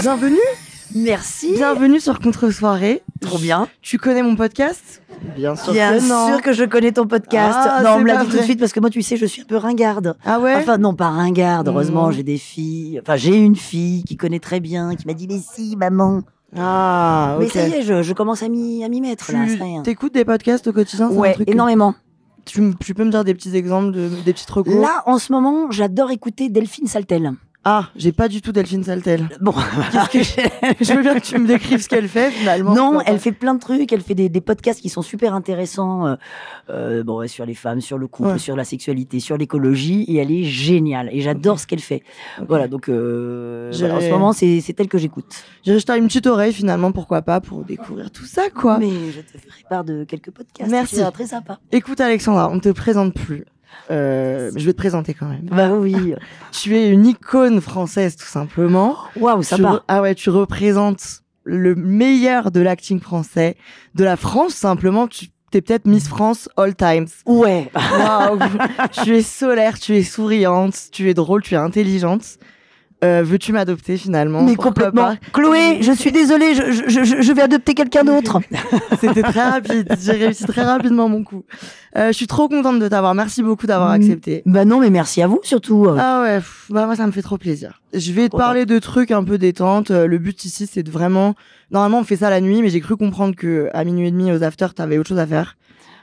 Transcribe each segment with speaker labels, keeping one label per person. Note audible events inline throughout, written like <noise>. Speaker 1: Bienvenue
Speaker 2: Merci.
Speaker 1: Bienvenue sur Contre-soirée.
Speaker 2: Trop bien.
Speaker 1: Tu connais mon podcast
Speaker 2: Bien sûr,
Speaker 1: que non.
Speaker 2: que je connais ton podcast.
Speaker 1: Ah,
Speaker 2: non, on
Speaker 1: c'est
Speaker 2: me l'a
Speaker 1: pas
Speaker 2: dit tout de
Speaker 1: vrai.
Speaker 2: suite parce que moi, tu sais, je suis un peu ringarde.
Speaker 1: Ah ouais
Speaker 2: Enfin, non, pas ringarde. Heureusement,
Speaker 1: Mhm.
Speaker 2: j'ai des filles. Enfin, j'ai une fille qui connaît très bien, qui m'a dit Mais si, maman.
Speaker 1: Ah,
Speaker 2: Mais ça y est, je, je commence à m'y à m'y mettre, là.
Speaker 1: Tu
Speaker 2: ça y est.
Speaker 1: t'écoutes des podcasts au quotidien c'est un
Speaker 2: Ouais,
Speaker 1: truc que-
Speaker 2: énormément.
Speaker 1: tu, m- tu peux me dire des petits exemples, de, des petits recours
Speaker 2: Là, en ce moment, j'adore écouter Delphine Saltel.
Speaker 1: Ah, j'ai pas du tout Delphine
Speaker 2: <laughs>
Speaker 1: Saltel. <laughs>
Speaker 2: Bon,
Speaker 1: Je veux bien que tu me décrives ce qu'elle fait finalement.
Speaker 2: Non,
Speaker 1: Pourquoi
Speaker 2: elle fait plein de trucs. Elle fait des, des podcasts qui sont super intéressants euh, euh, bon, ouais, sur les femmes, sur le couple,
Speaker 1: Ouais.
Speaker 2: sur la sexualité, sur l'écologie. Et elle est géniale. Et j'adore ce qu'elle fait.
Speaker 1: Ok.
Speaker 2: Voilà, donc euh,
Speaker 1: Je
Speaker 2: voilà, en
Speaker 1: vais-
Speaker 2: ce moment, c'est c'est elle que j'écoute.
Speaker 1: pas J'ai jeté une petite oreille finalement, pourquoi pas, pour découvrir tout ça quoi.
Speaker 2: Mais je te ferai part de quelques podcasts.
Speaker 1: Merci.
Speaker 2: Tu verras, très sympa.
Speaker 1: Écoute Alexandra, on te présente plus. Euh, mais je vais te présenter quand même.
Speaker 2: Bah oui.
Speaker 1: Tu es une icône française tout simplement.
Speaker 2: Waouh,
Speaker 1: Tu
Speaker 2: sympa.
Speaker 1: re- Ah ouais, tu représentes le meilleur de l'acting français, de la France simplement. Tu t'es peut-être Miss France all
Speaker 2: <laughs>
Speaker 1: times.
Speaker 2: Ouais.
Speaker 1: Waouh Tu es solaire, tu es souriante, tu es drôle, tu es intelligente. Euh, Veux-tu m'adopter finalement
Speaker 2: Mais
Speaker 1: Pourquoi
Speaker 2: complètement. Chloé, je suis désolée, je, je- je- je vais adopter
Speaker 1: <laughs>
Speaker 2: quelqu'un d'autre.
Speaker 1: pas C'était très rapide. J'ai réussi très rapidement mon coup. Euh, je suis trop contente de t'avoir. Merci beaucoup d'avoir
Speaker 2: Mm.
Speaker 1: accepté.
Speaker 2: bah non, mais merci à vous surtout.
Speaker 1: Ah ouais, pff, bah moi ça me fait trop plaisir. Je vais te
Speaker 2: Contente.
Speaker 1: parler de trucs un peu détente. Euh, Le but ici c'est de vraiment. Normalement on fait ça la nuit, mais j'ai cru comprendre que à minuit et demi aux afters t'avais autre chose à faire.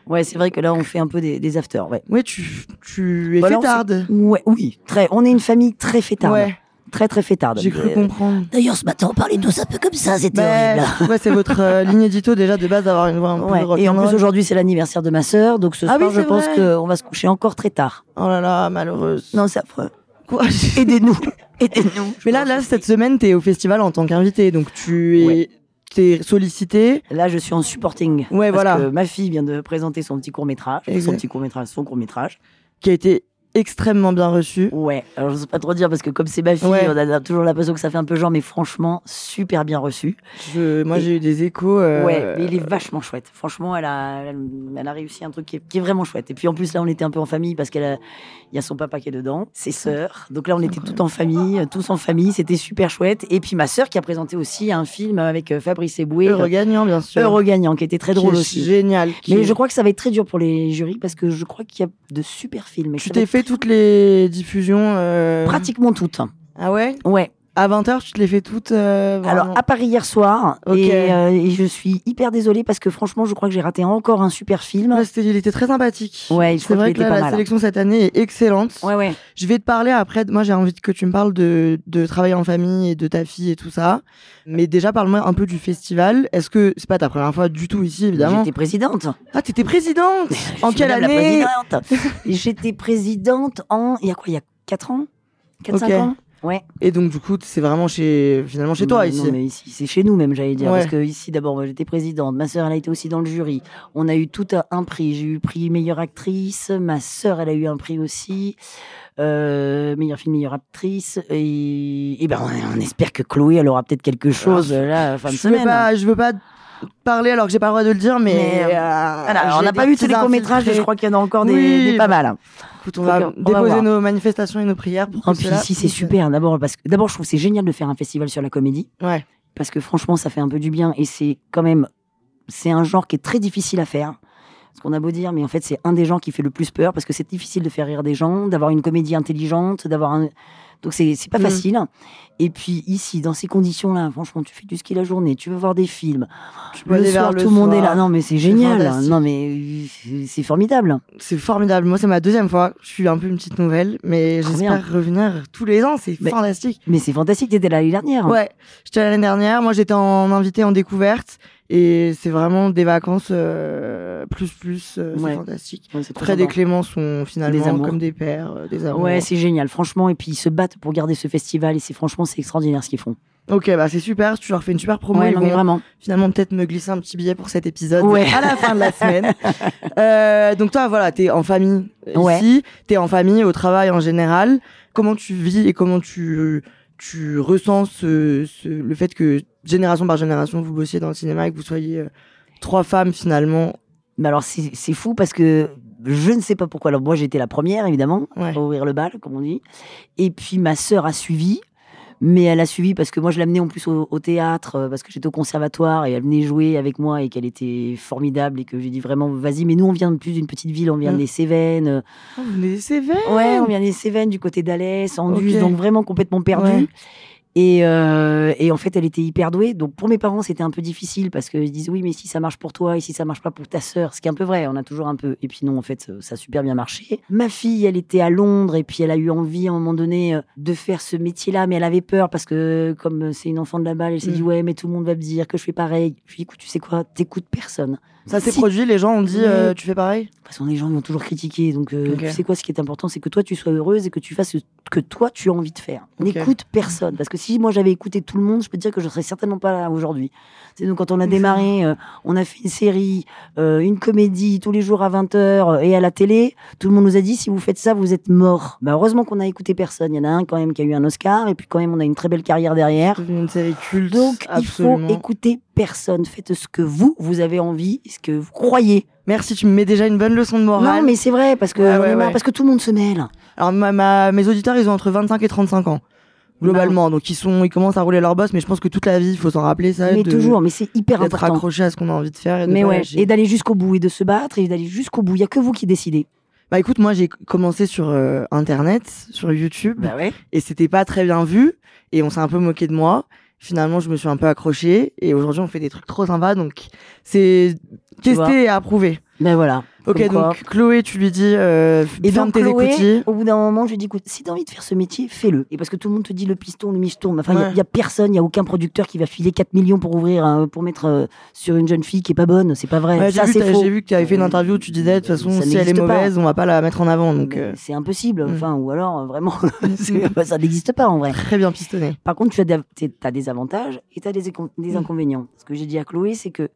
Speaker 2: Ouais, c'est vrai que là, on fait un peu des, des afters. Ouais.
Speaker 1: Ouais, tu tu es
Speaker 2: Bah là, on
Speaker 1: fêtarde.
Speaker 2: Ouais, oui, très. On est une famille très fêtarde.
Speaker 1: Ouais,
Speaker 2: Très, très fêtarde.
Speaker 1: j'ai cru
Speaker 2: Euh,
Speaker 1: comprendre.
Speaker 2: D'ailleurs, ce matin, on parlait tous un peu comme ça, c'était
Speaker 1: Bah,
Speaker 2: horrible.
Speaker 1: ouais, c'est votre
Speaker 2: <laughs>
Speaker 1: euh, ligne édito déjà de base d'avoir une voix un peu
Speaker 2: Ouais, Et en
Speaker 1: rock'n'roll.
Speaker 2: plus, aujourd'hui, c'est l'anniversaire de ma sœur, donc ce
Speaker 1: Ah
Speaker 2: soir,
Speaker 1: oui,
Speaker 2: je
Speaker 1: c'est
Speaker 2: pense
Speaker 1: vrai.
Speaker 2: qu'on va se coucher encore très tard.
Speaker 1: Oh là là, malheureuse.
Speaker 2: Non, c'est affreux.
Speaker 1: Quoi
Speaker 2: Aidez-nous. <laughs> Aidez-nous.
Speaker 1: <laughs> Mais là, là, cette semaine, t'es au festival en tant qu'invité, donc tu es,
Speaker 2: Ouais.
Speaker 1: t'es sollicité.
Speaker 2: Là, je suis en supporting.
Speaker 1: Ouais,
Speaker 2: parce
Speaker 1: voilà.
Speaker 2: que ma fille vient de présenter son petit court-métrage. Son
Speaker 1: Exact.
Speaker 2: petit court-métrage, son court-métrage.
Speaker 1: qui a été extrêmement bien reçu.
Speaker 2: Ouais. Alors, je sais pas trop dire parce que comme c'est ma fille,
Speaker 1: Ouais.
Speaker 2: on a toujours l'impression que ça fait un peu genre, mais franchement, super bien reçu.
Speaker 1: Je- moi,
Speaker 2: Et-
Speaker 1: j'ai eu des échos. euh,
Speaker 2: Ouais, mais il est vachement chouette. Franchement, elle a, elle a réussi un truc qui est, qui est vraiment chouette. Et puis en plus, là, on était un peu en famille parce qu'elle a- il y a son papa qui est dedans, ses sœurs. Donc là, on était toutes en famille, euh, tous en famille. C'était super chouette. Et puis ma sœur qui a présenté aussi un film avec euh, Fabrice Eboué,
Speaker 1: Heureux gagnant, bien sûr.
Speaker 2: Heureux gagnant, qui était très
Speaker 1: Qui
Speaker 2: drôle
Speaker 1: est
Speaker 2: aussi.
Speaker 1: Génial. qui-
Speaker 2: Mais je crois que ça va être très dur pour les jurys parce que je crois qu'il y a de super films. et que
Speaker 1: Tu
Speaker 2: ça va
Speaker 1: t'es
Speaker 2: être
Speaker 1: fait toutes les diffusions. euh,
Speaker 2: pratiquement toutes.
Speaker 1: Ah ouais
Speaker 2: Ouais.
Speaker 1: À 20h, tu te les fais toutes. euh, vraiment.
Speaker 2: Alors à Paris hier soir
Speaker 1: Ok.
Speaker 2: et, euh, et je suis hyper désolée parce que franchement, je crois que j'ai raté encore un super film.
Speaker 1: Ouais, c'était- il était très sympathique.
Speaker 2: Ouais, je
Speaker 1: C'est
Speaker 2: crois
Speaker 1: vrai
Speaker 2: qu'il
Speaker 1: que
Speaker 2: était
Speaker 1: là,
Speaker 2: pas
Speaker 1: la
Speaker 2: mal. hein.
Speaker 1: sélection cette année est excellente.
Speaker 2: Ouais, ouais.
Speaker 1: Je vais te parler après. Moi, j'ai envie que tu me parles de, de travailler en famille et de ta fille et tout ça. Mais déjà, parle-moi un peu du festival. Est-ce que c'est pas ta première fois du tout ici, évidemment
Speaker 2: J'étais présidente.
Speaker 1: Ah, t'étais présidente
Speaker 2: Je
Speaker 1: En
Speaker 2: suis
Speaker 1: quelle
Speaker 2: madame la
Speaker 1: année
Speaker 2: présidente. J'étais présidente en. Il y a quoi Il y a 4 ans 4-5
Speaker 1: Ok.
Speaker 2: ans Ouais.
Speaker 1: Et donc, du coup, c'est vraiment chez, finalement chez toi
Speaker 2: Mais
Speaker 1: ici.
Speaker 2: Non, mais ici, c'est chez nous même, j'allais dire.
Speaker 1: Ouais.
Speaker 2: Parce que ici, d'abord, moi, j'étais présidente. Ma sœur, elle a été aussi dans le jury. On a eu tout un, un prix. J'ai eu le prix meilleure actrice. Ma sœur, elle a eu un prix aussi. Euh, meilleur film, meilleure actrice. Et, et ben, on, on espère que Chloé, elle aura peut-être quelque chose euh, là, fin de
Speaker 1: Ah, je veux
Speaker 2: semaine.
Speaker 1: pas, je veux pas parler alors que j'ai pas le droit de le dire, mais.
Speaker 2: Mais, euh,
Speaker 1: euh,
Speaker 2: Voilà, alors, on
Speaker 1: j'ai
Speaker 2: n'a pas
Speaker 1: des
Speaker 2: vu tous
Speaker 1: petits
Speaker 2: les courts-métrages, mais
Speaker 1: infiltrés.
Speaker 2: je crois qu'il y en a encore des,
Speaker 1: Oui, bah,
Speaker 2: des pas mal. hein.
Speaker 1: Écoute, on
Speaker 2: Donc,
Speaker 1: va
Speaker 2: on va
Speaker 1: déposer
Speaker 2: voir.
Speaker 1: nos manifestations et nos prières pour
Speaker 2: En
Speaker 1: que
Speaker 2: plus,
Speaker 1: cela
Speaker 2: ici, c'est
Speaker 1: puisse-
Speaker 2: super. D'abord, parce que d'abord, je trouve que c'est génial de faire un festival sur la comédie,
Speaker 1: Ouais.
Speaker 2: parce que franchement, ça fait un peu du bien, et c'est quand même, c'est un genre qui est très difficile à faire. Ce qu'on a beau dire, mais en fait, c'est un des genres qui fait le plus peur, parce que c'est difficile de faire rire des gens, d'avoir une comédie intelligente, d'avoir un. Donc, c'est c'est pas
Speaker 1: Mhm.
Speaker 2: facile. Et puis, ici, dans ces conditions-là, franchement, tu fais du ski la journée, tu veux voir des films.
Speaker 1: Tu peux
Speaker 2: Le
Speaker 1: aller
Speaker 2: soir,
Speaker 1: vers
Speaker 2: tout le monde est là.
Speaker 1: soir.
Speaker 2: Non, mais c'est
Speaker 1: C'est
Speaker 2: génial.
Speaker 1: fantastique.
Speaker 2: Non, mais euh, c'est formidable.
Speaker 1: C'est formidable. Moi, c'est ma deuxième fois. Je suis un peu une petite nouvelle, mais
Speaker 2: Trop
Speaker 1: j'espère revenir tous les ans. C'est
Speaker 2: Mais-
Speaker 1: fantastique.
Speaker 2: Mais c'est fantastique, t'étais là l'année dernière.
Speaker 1: Ouais, j'étais allée l'année dernière. Moi, j'étais en invité en découverte. Et c'est vraiment des vacances euh, plus plus. euh,
Speaker 2: Ouais.
Speaker 1: C'est fantastique.
Speaker 2: Ouais, c'est trop
Speaker 1: Fred et
Speaker 2: sympa.
Speaker 1: Clément sont
Speaker 2: Des
Speaker 1: finalement
Speaker 2: amours.
Speaker 1: comme des pères, euh, des amours.
Speaker 2: Ouais, c'est génial, franchement. Et puis ils se battent pour garder ce festival et c'est franchement c'est extraordinaire ce qu'ils font.
Speaker 1: ok, bah c'est super. Tu leur fais une super promo.
Speaker 2: ouais,
Speaker 1: ils
Speaker 2: non, mais
Speaker 1: vont
Speaker 2: vraiment.
Speaker 1: finalement peut-être me glisser un petit billet pour cet épisode
Speaker 2: Ouais.
Speaker 1: à la fin
Speaker 2: <laughs>
Speaker 1: de la semaine. Euh, donc toi, voilà, t'es en famille
Speaker 2: Ouais.
Speaker 1: ici, t'es en famille au travail en général. Comment tu vis et comment tu tu ressens ce, ce- le fait que génération par génération vous bossiez dans le cinéma et que vous soyez euh, trois femmes finalement.
Speaker 2: Mais alors c'est c'est fou parce que je ne sais pas pourquoi. Alors moi j'étais la première évidemment
Speaker 1: Ouais.
Speaker 2: à ouvrir le bal, comme on dit. Et puis ma sœur a suivi. Mais elle a suivi parce que moi je l'amenais en plus au, au théâtre, euh, parce que j'étais au conservatoire et elle venait jouer avec moi et qu'elle était formidable et que j'ai dit vraiment vas-y, mais nous on vient de plus d'une petite ville, on vient
Speaker 1: Mm.
Speaker 2: des Cévennes, euh,
Speaker 1: Oh, vous venez des Cévennes.
Speaker 2: Ouais, on vient des Cévennes, du côté d'Alès, Anduze,
Speaker 1: Ok.
Speaker 2: donc vraiment complètement perdu.
Speaker 1: Ouais.
Speaker 2: Et, euh, et en fait, elle était hyper douée. Donc pour mes parents, c'était un peu difficile parce qu'ils disent oui, mais si ça marche pour toi et si ça marche pas pour ta sœur, ce qui est un peu vrai, on a toujours un peu. Et puis non, en fait, ça a super bien marché. Ma fille, elle était à Londres et puis elle a eu envie à un moment donné euh, de faire ce métier-là, mais elle avait peur parce que comme c'est une enfant de la balle, elle s'est
Speaker 1: Mm.
Speaker 2: dit ouais, mais tout le monde va me dire que je fais pareil. Je lui ai dit, écoute, tu sais quoi, t'écoutes personne.
Speaker 1: Ça s'est
Speaker 2: Si.
Speaker 1: produit, les gens ont dit
Speaker 2: Mais-
Speaker 1: euh, tu fais pareil.
Speaker 2: De toute façon, les gens ils vont toujours critiquer. Donc, euh,
Speaker 1: Ok.
Speaker 2: tu sais quoi, ce qui est important, c'est que toi, tu sois heureuse et que tu fasses ce que toi, tu as envie de faire.
Speaker 1: Ok.
Speaker 2: N'écoute personne. Parce que si moi, j'avais écouté tout le monde, je peux te dire que je serais certainement pas là aujourd'hui. C'est donc quand on a
Speaker 1: <laughs>
Speaker 2: démarré, euh, on a fait une série, euh, une comédie, tous les jours à 20h et à la télé. Tout le monde nous a dit, si vous faites ça, vous êtes mort. Bah, heureusement qu'on a écouté personne. Il y en a un quand même qui a eu un Oscar et puis quand même, on a une très belle carrière derrière.
Speaker 1: C'est devenu une série culte.
Speaker 2: Donc,
Speaker 1: absolument.
Speaker 2: il faut écouter personne. Faites ce que vous, vous avez envie, ce que vous croyez.
Speaker 1: Merci, tu me mets déjà une bonne leçon de morale.
Speaker 2: Non, mais c'est vrai, parce que,
Speaker 1: Ouais,
Speaker 2: on
Speaker 1: ouais,
Speaker 2: est marre,
Speaker 1: ouais.
Speaker 2: parce que tout le monde se mêle.
Speaker 1: Alors ma, ma- mes auditeurs, ils ont entre 25 et 35 ans globalement, donc ils sont, ils commencent à rouler leur boss, mais je pense que toute la vie, il faut s'en rappeler ça.
Speaker 2: mais
Speaker 1: de-
Speaker 2: toujours, mais c'est hyper
Speaker 1: d'être
Speaker 2: important.
Speaker 1: accroché à ce qu'on a envie de faire. Et de
Speaker 2: Mais
Speaker 1: pas
Speaker 2: ouais,
Speaker 1: lâcher.
Speaker 2: et d'aller jusqu'au bout, et de se battre, et d'aller jusqu'au bout. Il n'y a que vous qui décidez.
Speaker 1: Bah écoute, moi j'ai commencé sur euh, internet, sur YouTube,
Speaker 2: ouais.
Speaker 1: et c'était pas très bien vu, et on s'est un peu moqué de moi. Finalement, je me suis un peu accroché, et aujourd'hui on fait des trucs trop sympas, donc c'est
Speaker 2: vois.
Speaker 1: tester et approuver.
Speaker 2: Ben voilà.
Speaker 1: Ok,
Speaker 2: Comme quoi.
Speaker 1: donc Chloé, tu lui dis euh,
Speaker 2: Et
Speaker 1: ferme
Speaker 2: donc,
Speaker 1: tes
Speaker 2: Chloé,
Speaker 1: écoutilles.
Speaker 2: au bout d'un moment, je lui dis, écoute, si t'as envie de faire ce métier, fais-le. Et parce que tout le monde te dit le piston, le micheton. mais Enfin, il
Speaker 1: Ouais.
Speaker 2: n'y a, personne, il n'y a aucun producteur qui va filer 4 millions pour ouvrir, un- pour mettre euh, sur une jeune fille qui est pas bonne. C'est pas vrai.
Speaker 1: Ouais, j'ai
Speaker 2: ça,
Speaker 1: vu,
Speaker 2: c'est
Speaker 1: t'as-
Speaker 2: faux. Euh,
Speaker 1: j'ai vu que tu avais fait une interview où tu disais de toute façon
Speaker 2: Ça
Speaker 1: si elle est
Speaker 2: n'existe pas.
Speaker 1: mauvaise, on va pas la mettre en avant, donc
Speaker 2: Mais
Speaker 1: euh,
Speaker 2: C'est impossible.
Speaker 1: Mm.
Speaker 2: Enfin, ou alors, euh,
Speaker 1: <laughs>
Speaker 2: vraiment, <laughs> c'est- ça n'existe pas en vrai.
Speaker 1: très bien pistonné.
Speaker 2: Par contre, tu as, des- t'es- t'as des avantages et tu as des, éco- des
Speaker 1: Mm.
Speaker 2: inconvénients. Ce que j'ai dit à Chloé, c'est que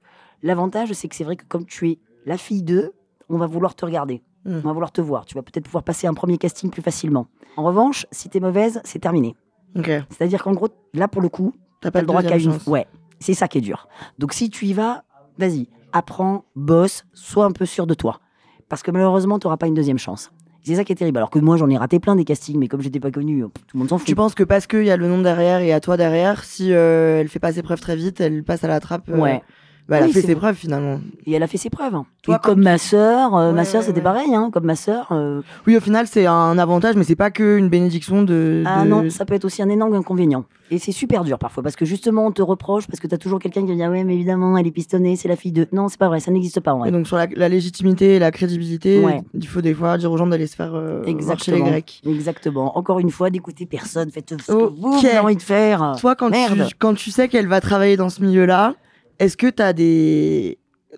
Speaker 2: l'avantage, c'est que c'est vrai que comme tu es la fille d'eux, on va vouloir te regarder.
Speaker 1: Mm.
Speaker 2: On va vouloir te voir. Tu vas peut-être pouvoir passer un premier casting plus facilement. En revanche, si t'es mauvaise, c'est terminé.
Speaker 1: Ok,
Speaker 2: C'est-à-dire qu'en gros, là, pour le coup,
Speaker 1: t'as
Speaker 2: t'as
Speaker 1: pas
Speaker 2: le droit qu'à
Speaker 1: deuxième
Speaker 2: une.
Speaker 1: chance.
Speaker 2: Ouais, c'est ça qui est dur. Donc si tu y vas, vas-y, apprends, bosse, sois un peu sûr de toi. Parce que malheureusement, t'auras pas une deuxième chance. C'est ça qui est terrible. Alors que moi, j'en ai raté plein des castings, mais comme j'étais pas connue, tout le monde s'en fout.
Speaker 1: Tu penses que parce qu'il y a le nom derrière et à toi derrière, si euh, elle fait pas ses preuves très vite, elle passe à la trappe. euh,
Speaker 2: Ouais.
Speaker 1: bah, elle
Speaker 2: Oui,
Speaker 1: a fait
Speaker 2: c'est
Speaker 1: ses
Speaker 2: vrai.
Speaker 1: preuves finalement.
Speaker 2: Et elle a fait ses preuves. hein.
Speaker 1: Toi,
Speaker 2: Et comme ma sœur, euh,
Speaker 1: Ouais,
Speaker 2: ma sœur
Speaker 1: ouais,
Speaker 2: c'était
Speaker 1: ouais.
Speaker 2: pareil, hein, comme ma sœur. euh,
Speaker 1: Oui, au final, c'est un avantage, mais c'est pas que une bénédiction de.
Speaker 2: Ah
Speaker 1: de-
Speaker 2: non, ça peut être aussi un énorme inconvénient. Et c'est super dur parfois parce que justement on te reproche parce que t'as toujours quelqu'un qui va dire ouais mais évidemment elle est pistonnée, c'est la fille de. Non c'est pas vrai, ça n'existe pas en
Speaker 1: Et
Speaker 2: vrai.
Speaker 1: donc sur la, la légitimité et la crédibilité,
Speaker 2: Ouais.
Speaker 1: il faut des fois dire aux gens d'aller se faire euh, voir chez les
Speaker 2: Exactement.
Speaker 1: Grecs.
Speaker 2: Exactement. Encore une fois, d'écouter personne, faites ce que
Speaker 1: Ok.
Speaker 2: vous avez envie de faire.
Speaker 1: Toi, quand
Speaker 2: Ah, Merde.
Speaker 1: tu quand tu sais qu'elle va travailler dans ce milieu-là, est-ce que t'as des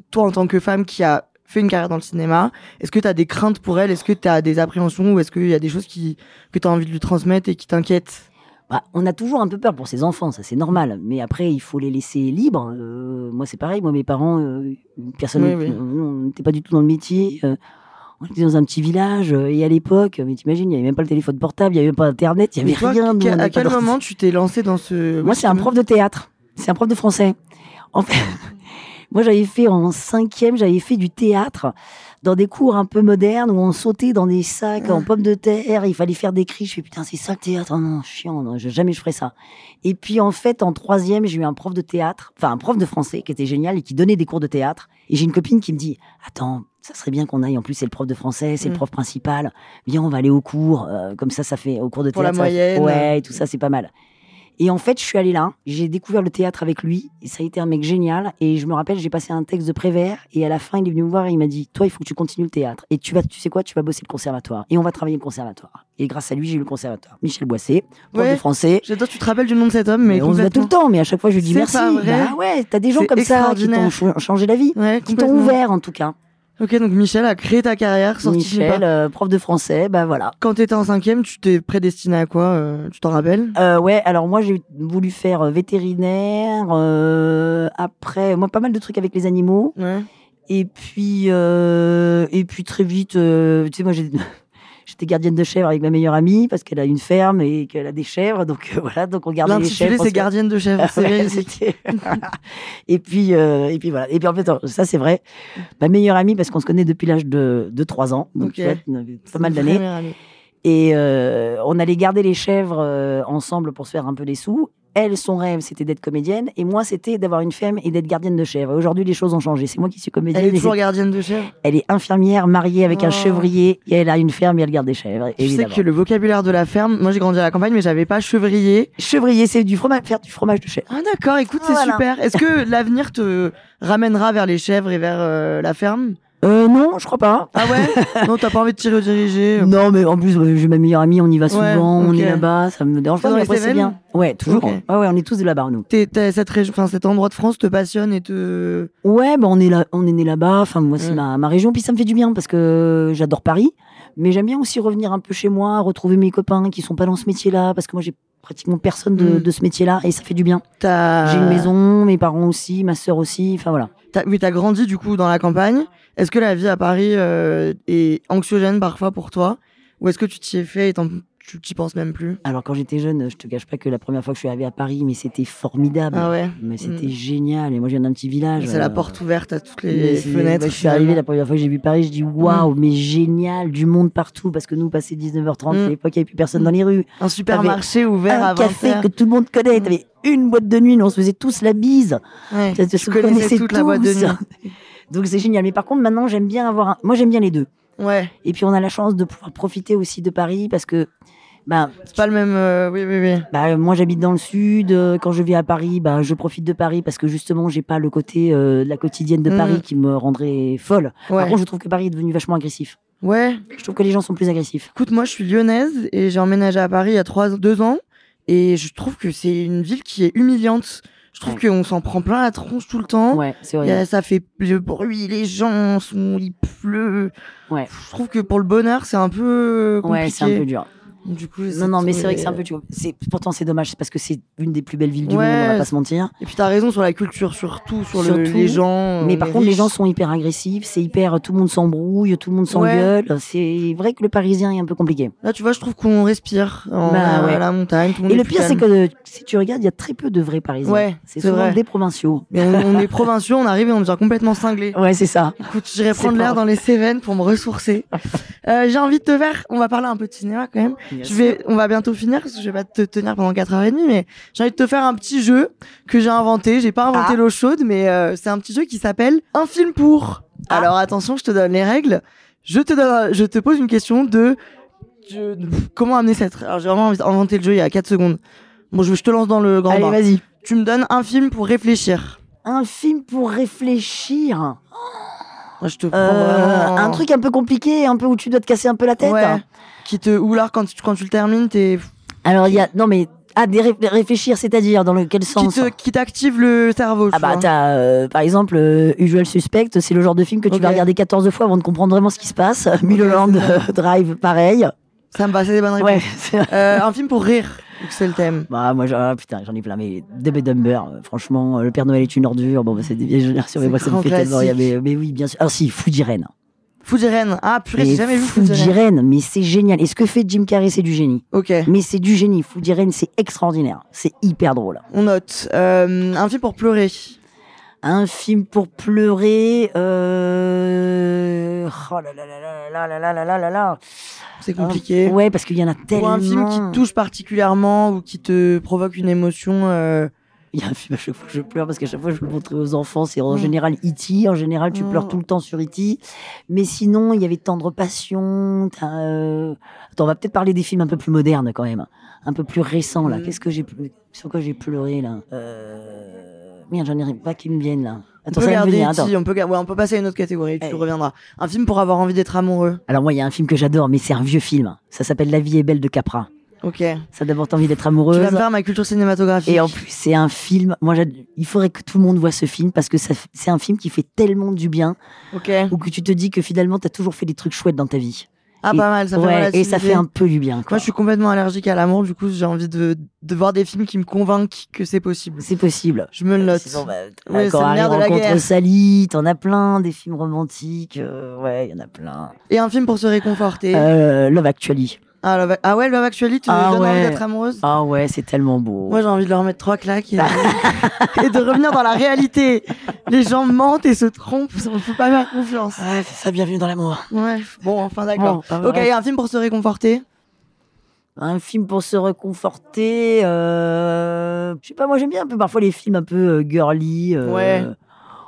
Speaker 1: toi en tant que femme qui a fait une carrière dans le cinéma, est-ce que t'as des craintes pour elle, est-ce que t'as des appréhensions ou est-ce qu'il y a des choses qui que t'as envie de lui transmettre et qui t'inquiètent?
Speaker 2: Bah, on a toujours un peu peur pour ses enfants, ça c'est normal. Mais après, il faut les laisser libres. Euh, moi, c'est pareil. Moi, mes parents, euh, personne,
Speaker 1: Oui, oui.
Speaker 2: euh, nous, on n'était pas du tout dans le métier. euh, on était dans un petit village. euh, et à l'époque, mais t'imagines, il n'y avait même pas le téléphone portable, il n'y avait pas Internet, il n'y
Speaker 1: Mais
Speaker 2: avait
Speaker 1: toi,
Speaker 2: rien. nous,
Speaker 1: que-
Speaker 2: on
Speaker 1: à
Speaker 2: n'avait pas
Speaker 1: quel
Speaker 2: d'ordi.
Speaker 1: moment tu t'es lancé dans ce.
Speaker 2: Moi, c'est un prof de théâtre. C'est un prof de français. En fait, <laughs> Moi, j'avais fait en cinquième, j'avais fait du théâtre dans des cours un peu modernes où on sautait dans des sacs en pommes de terre. Il fallait faire des cris. Je fais putain, c'est ça le théâtre oh Non, chiant, non, je- jamais je ferai ça. Et puis en fait, en troisième, j'ai eu un prof de théâtre, enfin un prof de français qui était génial et qui donnait des cours de théâtre. Et j'ai une copine qui me dit attends. Ça serait bien qu'on aille. En plus, c'est le prof de français, c'est le
Speaker 1: Mm.
Speaker 2: prof principal. Viens, on va aller au cours. euh, comme ça, ça fait au cours de
Speaker 1: Pour la
Speaker 2: théâtre. ça va-
Speaker 1: moyenne.
Speaker 2: Ouais, et tout ça, c'est pas mal. Et en fait, je suis allée là, j'ai découvert le théâtre avec lui, et ça a été un mec génial. Et je me rappelle, j'ai passé un texte de Prévert, et à la fin, il est venu me voir et il m'a dit Toi, il faut que tu continues le théâtre. Et tu vas, tu sais quoi, tu vas bosser le conservatoire. Et on va travailler le conservatoire. Et grâce à lui, j'ai eu le conservatoire. Michel Boissé, prof
Speaker 1: Ouais.
Speaker 2: de français.
Speaker 1: J'adore, tu te rappelles du nom de cet homme, mais,
Speaker 2: Mais on se voit tout le temps, mais à chaque fois, je lui dis
Speaker 1: C'est
Speaker 2: merci.
Speaker 1: pas vrai.
Speaker 2: Bah ouais, t'as des gens
Speaker 1: C'est
Speaker 2: comme ça qui t'ont
Speaker 1: extraordinaire.
Speaker 2: ch- changé la vie,
Speaker 1: Ouais,
Speaker 2: qui t'ont
Speaker 1: complètement.
Speaker 2: ouvert en tout cas.
Speaker 1: Ok, donc Michel a créé ta carrière, sorti
Speaker 2: Michel,
Speaker 1: pas.
Speaker 2: euh, prof de français, bah voilà.
Speaker 1: Quand t'étais en cinquième, tu t'es prédestiné à quoi euh, Tu t'en rappelles
Speaker 2: Euh, ouais, alors moi j'ai voulu faire euh, vétérinaire, euh, après moi pas mal de trucs avec les animaux,
Speaker 1: Ouais.
Speaker 2: et puis euh, et puis très vite, euh, tu sais moi j'ai <laughs> J'étais gardienne de chèvres avec ma meilleure amie parce qu'elle a une ferme et qu'elle a des chèvres, donc euh, voilà, donc on gardait les chèvres.
Speaker 1: L'intitulé, c'est Gardienne de chèvres. C'est
Speaker 2: <laughs> Ouais,
Speaker 1: réussi.
Speaker 2: c'était- et puis euh, et puis voilà. Et puis en fait, ça c'est vrai. Ma meilleure amie parce qu'on se connaît depuis l'âge de, de 3 ans, donc
Speaker 1: Ok.
Speaker 2: tu vois, on avait
Speaker 1: C'est
Speaker 2: pas mal
Speaker 1: une
Speaker 2: d'années.
Speaker 1: première année.
Speaker 2: Et euh, on allait garder les chèvres euh, ensemble pour se faire un peu des sous. Elle, son rêve, c'était d'être comédienne. Et moi, c'était d'avoir une femme et d'être gardienne de chèvres. Et Aujourd'hui, les choses ont changé. C'est moi qui suis comédienne.
Speaker 1: Elle est
Speaker 2: et
Speaker 1: toujours
Speaker 2: c'est-
Speaker 1: gardienne de chèvres.
Speaker 2: elle est infirmière, mariée avec un
Speaker 1: Oh.
Speaker 2: chevrier. Et elle a une ferme et elle garde des chèvres.
Speaker 1: Tu sais
Speaker 2: évidemment.
Speaker 1: que le vocabulaire de la ferme, moi j'ai grandi à la campagne, mais j'avais pas chevrier.
Speaker 2: Chevrier, c'est du fromage, faire du fromage de chèvre.
Speaker 1: Ah d'accord, écoute, c'est
Speaker 2: Voilà.
Speaker 1: super. Est-ce que <laughs> l'avenir te ramènera vers les chèvres et vers euh, la ferme
Speaker 2: Euh, non, je crois pas.
Speaker 1: Ah <laughs> ouais Non, t'as pas envie de t'y rediriger euh,
Speaker 2: Non, mais en plus, euh, j'ai ma meilleure amie, on y va souvent, on
Speaker 1: ok.
Speaker 2: est là-bas, ça me dérange
Speaker 1: C'est
Speaker 2: pas,
Speaker 1: dans
Speaker 2: mais
Speaker 1: les
Speaker 2: après, c'est
Speaker 1: Cévennes
Speaker 2: bien. Ouais, toujours.
Speaker 1: Ok.
Speaker 2: Ouais, ouais, on est tous de là-bas, nous.
Speaker 1: t'es- t'as cette région, enfin cet endroit de France te passionne et te.
Speaker 2: Ouais, bah on est là, on est né là-bas. Enfin, moi, c'est
Speaker 1: Mm.
Speaker 2: ma, ma région. Puis ça me fait du bien parce que j'adore Paris, mais j'aime bien aussi revenir un peu chez moi, retrouver mes copains qui sont pas dans ce métier-là, parce que moi, j'ai pratiquement personne de,
Speaker 1: Mm.
Speaker 2: de ce métier-là, et ça fait du bien.
Speaker 1: T'as.
Speaker 2: J'ai une maison, mes parents aussi, ma sœur aussi. Enfin voilà.
Speaker 1: T'as, oui, t'as grandi du coup dans la campagne. Est-ce que la vie à Paris euh, est anxiogène parfois pour toi, ou est-ce que tu t'y es fait et t'en- tu t'y penses même plus
Speaker 2: Alors quand j'étais jeune, je te cache pas que la première fois que je suis arrivée à Paris, mais c'était formidable.
Speaker 1: Ah ouais.
Speaker 2: Mais c'était
Speaker 1: Mm.
Speaker 2: génial. Et moi, je viens d'un petit village.
Speaker 1: C'est la
Speaker 2: euh,
Speaker 1: porte ouverte à toutes les
Speaker 2: Mais c'est-
Speaker 1: fenêtres. Mm.
Speaker 2: moi, je suis arrivée
Speaker 1: finalement.
Speaker 2: la première fois que j'ai vu Paris, je dis waouh, mais génial, du monde partout. Parce que nous, passé 19h30,
Speaker 1: Mm.
Speaker 2: à l'époque, il n'y avait plus personne
Speaker 1: Mm.
Speaker 2: dans les rues.
Speaker 1: Un supermarché ouvert
Speaker 2: un
Speaker 1: à 20
Speaker 2: café que tout le monde connaît. T'avais une boîte de nuit, nous, on se faisait tous la bise.
Speaker 1: Ouais.
Speaker 2: Ça, ça,
Speaker 1: Tu
Speaker 2: on
Speaker 1: connaissais
Speaker 2: connaissait
Speaker 1: toute la boîte de
Speaker 2: tous.
Speaker 1: nuit.
Speaker 2: <laughs> Donc c'est génial. Mais par contre, maintenant, j'aime bien avoir un. Moi, j'aime bien les deux.
Speaker 1: Ouais.
Speaker 2: Et puis, on a la chance de pouvoir profiter aussi de Paris parce que. Bah,
Speaker 1: C'est pas le même. euh, Oui, oui, oui.
Speaker 2: bah, euh, moi j'habite dans le sud. euh, Quand je vis à Paris, bah, je profite de Paris parce que justement j'ai pas le côté euh, de la quotidienne de
Speaker 1: Mm.
Speaker 2: Paris qui me rendrait folle. Par
Speaker 1: Ouais.
Speaker 2: contre, je trouve que Paris est devenu vachement agressif.
Speaker 1: Ouais.
Speaker 2: Je trouve que les gens sont plus agressifs.
Speaker 1: Écoute, moi, je suis lyonnaise et j'ai emménagé à Paris il y a trois, deux ans. Et je trouve que c'est une ville qui est humiliante. Je trouve qu'on s'en prend plein la tronche tout le temps.
Speaker 2: Ouais, c'est
Speaker 1: Ah, Il y
Speaker 2: vrai.
Speaker 1: a- ça fait le bruit, les gens sont, il pleut.
Speaker 2: Ouais.
Speaker 1: Je trouve que pour le bonheur, c'est un peu euh, compliqué.
Speaker 2: Ouais, c'est un peu dur.
Speaker 1: Du coup,
Speaker 2: Non, non, mais c'est vrai que c'est un peu. Tu vois, c'est- pourtant, c'est dommage, c'est parce que c'est une des plus belles villes du
Speaker 1: Ouais.
Speaker 2: monde, on va pas se mentir.
Speaker 1: Et puis t'as raison sur la culture, surtout sur le-
Speaker 2: Surtout.
Speaker 1: les gens.
Speaker 2: mais
Speaker 1: on
Speaker 2: par
Speaker 1: est
Speaker 2: contre, les
Speaker 1: riches.
Speaker 2: gens sont hyper agressifs, c'est hyper. Tout le monde s'embrouille, tout le monde s'engueule. C'est vrai que le parisien est un peu compliqué.
Speaker 1: Là, tu vois, je trouve qu'on respire en,
Speaker 2: Bah ouais.
Speaker 1: à la montagne. tout monde
Speaker 2: Et
Speaker 1: est
Speaker 2: le
Speaker 1: plus
Speaker 2: pire, c'est
Speaker 1: calme.
Speaker 2: que euh, si tu regardes, il y a très peu de vrais parisiens.
Speaker 1: Ouais,
Speaker 2: c'est
Speaker 1: c'est
Speaker 2: souvent
Speaker 1: vrai.
Speaker 2: des provinciaux.
Speaker 1: Mais on, on est provinciaux, on arrive et on devient complètement cinglés.
Speaker 2: Ouais, c'est ça.
Speaker 1: Écoute, j'irai
Speaker 2: C'est
Speaker 1: prendre
Speaker 2: pas
Speaker 1: l'air
Speaker 2: vrai.
Speaker 1: dans les Cévennes pour me
Speaker 2: <laughs>
Speaker 1: ressourcer. Euh, j'ai envie de te faire, on va parler un peu de cinéma quand même. Je vais, on va bientôt finir, parce que je vais pas te tenir pendant 4h30, mais j'ai envie de te faire un petit jeu que j'ai inventé. J'ai pas inventé
Speaker 2: Ah.
Speaker 1: l'eau chaude, mais euh, c'est un petit jeu qui s'appelle Un film pour.
Speaker 2: Ah.
Speaker 1: Alors attention, je te donne les règles. Je te donne, je te pose une question de, je- comment amener cette, alors j'ai vraiment inventé le jeu il y a 4 secondes. Bon, je, je te lance dans le grand
Speaker 2: Allez,
Speaker 1: bain.
Speaker 2: vas-y.
Speaker 1: Tu me donnes un film pour réfléchir.
Speaker 2: bah. Un film pour réfléchir.
Speaker 1: Moi, je te prends
Speaker 2: Euh,
Speaker 1: vraiment-
Speaker 2: Un truc un peu compliqué, un peu où tu dois te casser un peu la tête.
Speaker 1: Oh. Ouais. Qui te ou alors quand tu, quand tu le termines, t'es
Speaker 2: Alors, il y a. Non, mais. Ah, des ré- réfléchir, c'est-à-dire dans le, quel
Speaker 1: qui
Speaker 2: sens
Speaker 1: te qui t'active le cerveau.
Speaker 2: Ah
Speaker 1: tu
Speaker 2: bah
Speaker 1: vois.
Speaker 2: t'as euh, par exemple euh, Usual Suspect, c'est le genre de film que tu
Speaker 1: Ok.
Speaker 2: vas regarder 14 fois avant de comprendre vraiment ce qui se passe. Mulholland
Speaker 1: c'est
Speaker 2: euh, Drive, pareil.
Speaker 1: ça me passait des bonnes réponses.
Speaker 2: Ouais. c'est-
Speaker 1: Euh, un film pour rire, vu que c'est le thème.
Speaker 2: bah moi j'en- ah, putain j'en ai plein mais Dumb and Dumber, euh, franchement euh, le Père Noël est une ordure. Bon bah c'est des vieilles générations mais
Speaker 1: C'est
Speaker 2: moi ça me
Speaker 1: grand
Speaker 2: fait tellement rire.
Speaker 1: classique.
Speaker 2: Mais, mais oui bien sûr. Ah si Fou d'Irène.
Speaker 1: Fujiren. Ah purée,
Speaker 2: Mais
Speaker 1: j'ai jamais vu
Speaker 2: Fou
Speaker 1: Fujiren.
Speaker 2: d'Irène, mais c'est génial. Et ce que fait Jim Carrey c'est du génie.
Speaker 1: <laughs> Ok,
Speaker 2: Mais c'est du génie. Fou d'Irène c'est extraordinaire. C'est hyper drôle.
Speaker 1: on note. Euh, un film pour pleurer.
Speaker 2: Un film pour pleurer. euh, Oh là là là là là là là là là là là.
Speaker 1: C'est compliqué.
Speaker 2: Un- Ah, Ouais, parce qu'il y en a
Speaker 1: Ou
Speaker 2: tellement.
Speaker 1: un film qui te touche particulièrement ou qui te provoque une émotion. euh,
Speaker 2: Il y a un film à chaque fois que je pleure parce qu'à chaque fois je le montrais aux enfants, c'est en général E.T. En général, tu
Speaker 1: Mm.
Speaker 2: pleures tout le temps sur E.T. Mais sinon, il y avait Tendre Passion. t'as, euh, Attends, on va peut-être parler des films un peu plus modernes quand même, un peu plus récents là.
Speaker 1: Mm.
Speaker 2: Qu'est-ce que j'ai pleu- sur quoi j'ai pleuré là euh... Merde, j'en ai pas qui me viennent là.
Speaker 1: on
Speaker 2: Attends,
Speaker 1: peut
Speaker 2: ça va me
Speaker 1: garder
Speaker 2: venir.
Speaker 1: E.T.,
Speaker 2: Attends.
Speaker 1: on peut, ga- ouais, on peut passer à une autre catégorie, tu
Speaker 2: Eh.
Speaker 1: reviendras. Un film pour avoir envie d'être amoureux.
Speaker 2: Alors moi, il y a un film que j'adore, mais c'est un vieux film. Ça s'appelle La vie est belle de Capra.
Speaker 1: Ok. Tu
Speaker 2: Ça d'abord t'as envie d'être amoureuse.
Speaker 1: vas me faire ma culture cinématographique.
Speaker 2: Et en plus, c'est un film. Moi, j'ad- il faudrait que tout le monde voit ce film parce que ça f- c'est un film qui fait tellement du bien
Speaker 1: Ok.
Speaker 2: ou que tu te dis que finalement, t'as toujours fait des trucs chouettes dans ta vie.
Speaker 1: Ah,
Speaker 2: et-
Speaker 1: pas mal, ça fait
Speaker 2: ouais,
Speaker 1: relativiser.
Speaker 2: et ça fait un peu du bien. quoi.
Speaker 1: Moi, je suis complètement allergique à l'amour, du coup, j'ai envie de, de voir des films qui me convainquent que c'est possible.
Speaker 2: C'est possible.
Speaker 1: Je me le note.
Speaker 2: Sinon, bah, t-
Speaker 1: Oui,
Speaker 2: quand
Speaker 1: c'est le
Speaker 2: Harry
Speaker 1: nerf de la
Speaker 2: rencontre
Speaker 1: guerre.
Speaker 2: Sally, t'en as plein, des films romantiques, euh, ouais, il y en a plein.
Speaker 1: Et un film pour se réconforter.
Speaker 2: Euh, Love Actually.
Speaker 1: Ah, Love- ah ouais, Love Actually, tu
Speaker 2: Ah
Speaker 1: donnes envie
Speaker 2: ouais.
Speaker 1: d'être amoureuse
Speaker 2: Ah ouais, c'est tellement beau.
Speaker 1: Moi, j'ai envie de leur mettre trois claques et
Speaker 2: <laughs>
Speaker 1: de... et de revenir dans la réalité. Les gens mentent et se trompent, on ne peut pas faire confiance.
Speaker 2: Ouais, c'est ça, bienvenue dans l'amour.
Speaker 1: Ouais, bon, bah, enfin d'accord.
Speaker 2: Bon, pas
Speaker 1: ok,
Speaker 2: vrai.
Speaker 1: un film pour se réconforter.
Speaker 2: Un film pour se réconforter. Euh... Je sais pas, moi j'aime bien un peu parfois les films un peu euh, girly. euh,
Speaker 1: Ouais.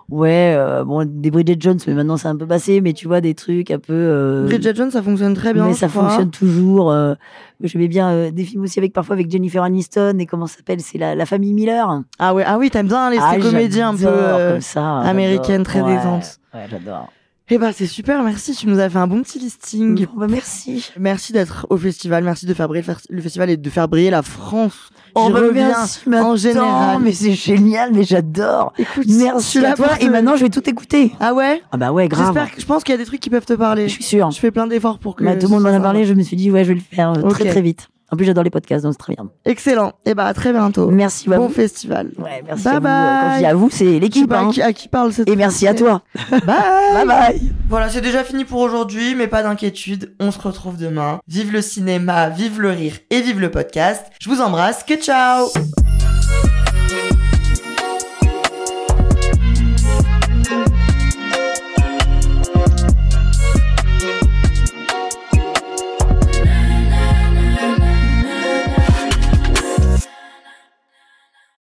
Speaker 2: Ouais, euh, bon, des Bridget Jones, mais maintenant c'est un peu passé, mais tu vois, des trucs un peu. euh,
Speaker 1: Bridget Jones, ça fonctionne très bien.
Speaker 2: mais
Speaker 1: je
Speaker 2: ça
Speaker 1: crois.
Speaker 2: fonctionne toujours. euh, J'aimais bien euh, des films aussi avec parfois avec Jennifer Aniston et comment ça s'appelle C'est la, la famille Miller.
Speaker 1: Ah ouais, ah oui, t'aimes bien les
Speaker 2: Ah,
Speaker 1: ces comédies un peu.
Speaker 2: j'adore
Speaker 1: euh,
Speaker 2: comme ça,
Speaker 1: américaines,
Speaker 2: j'adore.
Speaker 1: très
Speaker 2: Ouais,
Speaker 1: détentes.
Speaker 2: Ouais, j'adore.
Speaker 1: Eh ben, c'est super, merci. Tu nous as fait un bon petit listing.
Speaker 2: Bon, bah, merci.
Speaker 1: Merci d'être au festival, merci de faire briller le fer- le festival et de faire briller la France.
Speaker 2: On
Speaker 1: J'y
Speaker 2: revient
Speaker 1: reviens en général.
Speaker 2: mais c'est génial, mais j'adore.
Speaker 1: Écoute, je suis
Speaker 2: Merci
Speaker 1: là
Speaker 2: à toi
Speaker 1: pour
Speaker 2: et
Speaker 1: te-
Speaker 2: maintenant je vais tout écouter.
Speaker 1: euh, Ah ouais
Speaker 2: Ah bah ouais, grave.
Speaker 1: J'espère que je pense qu'il y a des trucs qui peuvent te parler.
Speaker 2: Je suis sûre.
Speaker 1: Je fais plein d'efforts pour que.
Speaker 2: Bah, tout le monde
Speaker 1: ce
Speaker 2: m'en a
Speaker 1: soit
Speaker 2: parlé, je me suis dit ouais, je vais le faire euh, très
Speaker 1: Ok.
Speaker 2: très vite. En plus, j'adore les podcasts, donc c'est très bien.
Speaker 1: ça. Excellent. Et bah, à très bientôt.
Speaker 2: Merci à
Speaker 1: bon
Speaker 2: vous.
Speaker 1: festival.
Speaker 2: Ouais, merci
Speaker 1: Bye
Speaker 2: à vous. Euh, Quand je
Speaker 1: bye.
Speaker 2: dis à vous, c'est
Speaker 1: Je sais
Speaker 2: l'équipe.
Speaker 1: pas
Speaker 2: hein.
Speaker 1: à qui, à qui parle cette
Speaker 2: Et merci à toi.
Speaker 1: <laughs> Bye.
Speaker 2: Bye bye.
Speaker 1: Voilà, c'est déjà fini pour aujourd'hui, mais pas d'inquiétude, on se retrouve demain. Vive le cinéma, vive le rire et vive le podcast. Je vous embrasse, que ciao